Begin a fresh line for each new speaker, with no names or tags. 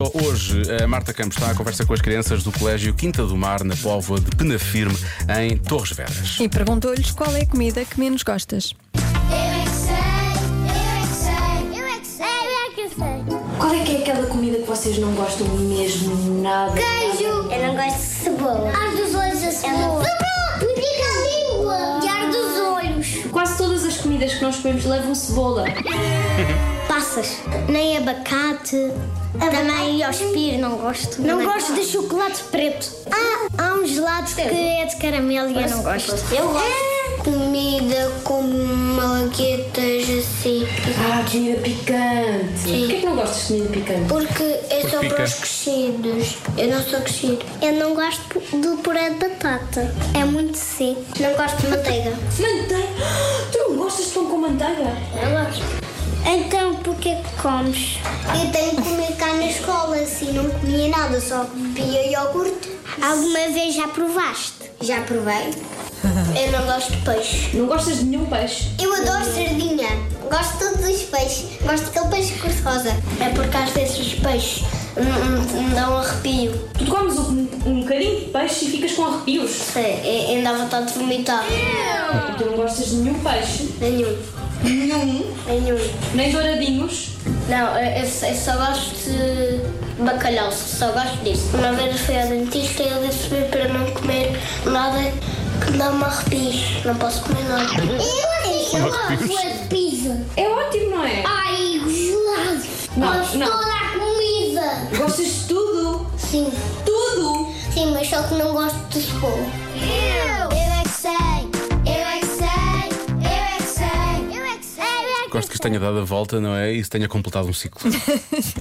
Lisboa. Hoje a Marta Campos está à conversa com as crianças do Colégio Quinta do Mar, na Póvoa de Penafirme, em Torres Vedras.
E perguntou-lhes qual é a comida que menos gostas.
Eu é que sei, eu é que sei, eu é que sei, eu é que sei.
Qual é que é aquela comida que vocês não gostam mesmo nada?
Queijo! Eu não gosto de cebola. Ar dos olhos a cebola. Cebola! Ah. Me pica a língua! E ar dos olhos.
Quase todas as comidas que nós comemos levam cebola.
Passas. Nem abacate. Também ospiro, não gosto. Não gosto de chocolate preto. Há, há uns gelados que é de caramelo e eu não gosto. Eu gosto. Comida como malaguetas assim.
Ah, comida picante. Porquê é que não gostas de comida picante?
Porque é só
pica.
para os crescidos. Eu não sou crescido. Eu não gosto do puré de batata. É muito seco. Não gosto de manteiga.
Manteiga? Tu não gostas de pão com manteiga?
Eu gosto. Então, porquê que comes? Eu tenho que comer cá na escola, assim, não comia nada, só bebia iogurte. Alguma vez já provaste? Já provei. Eu não gosto de peixe.
Não gostas de nenhum peixe?
Eu adoro sardinha. Gosto de todos os peixes. Gosto daquele peixe cor-de-rosa. É porque às vezes os peixes me dão um arrepio.
Tu comes um, um bocadinho de peixe e ficas com arrepios.
Sei, É, ainda dá vontade de vomitar.
Tu não gostas de nenhum peixe,
Nenhum.
nenhum,
Nenhum.
nem douradinhos.
Não, eu, eu- eu só gosto de bacalhau, só gosto disso. Uma vez eu fui ao dentista e ele disse-me para não comer nada que dá-me arrepios. Não posso comer nada. Eu gosto de pizza.
É ótimo, não é?
Ai, gelado.
Não, Gosto não. toda
a comida.
Gostas de tudo,
Sim,
tudo.
sim, mas só que não gosto de cebola. Eu! Eu é que sei, eu é que sei, eu é que sei, eu é que sei.
Gosto que isto tenha dado a volta, não é? E se tenha completado um ciclo.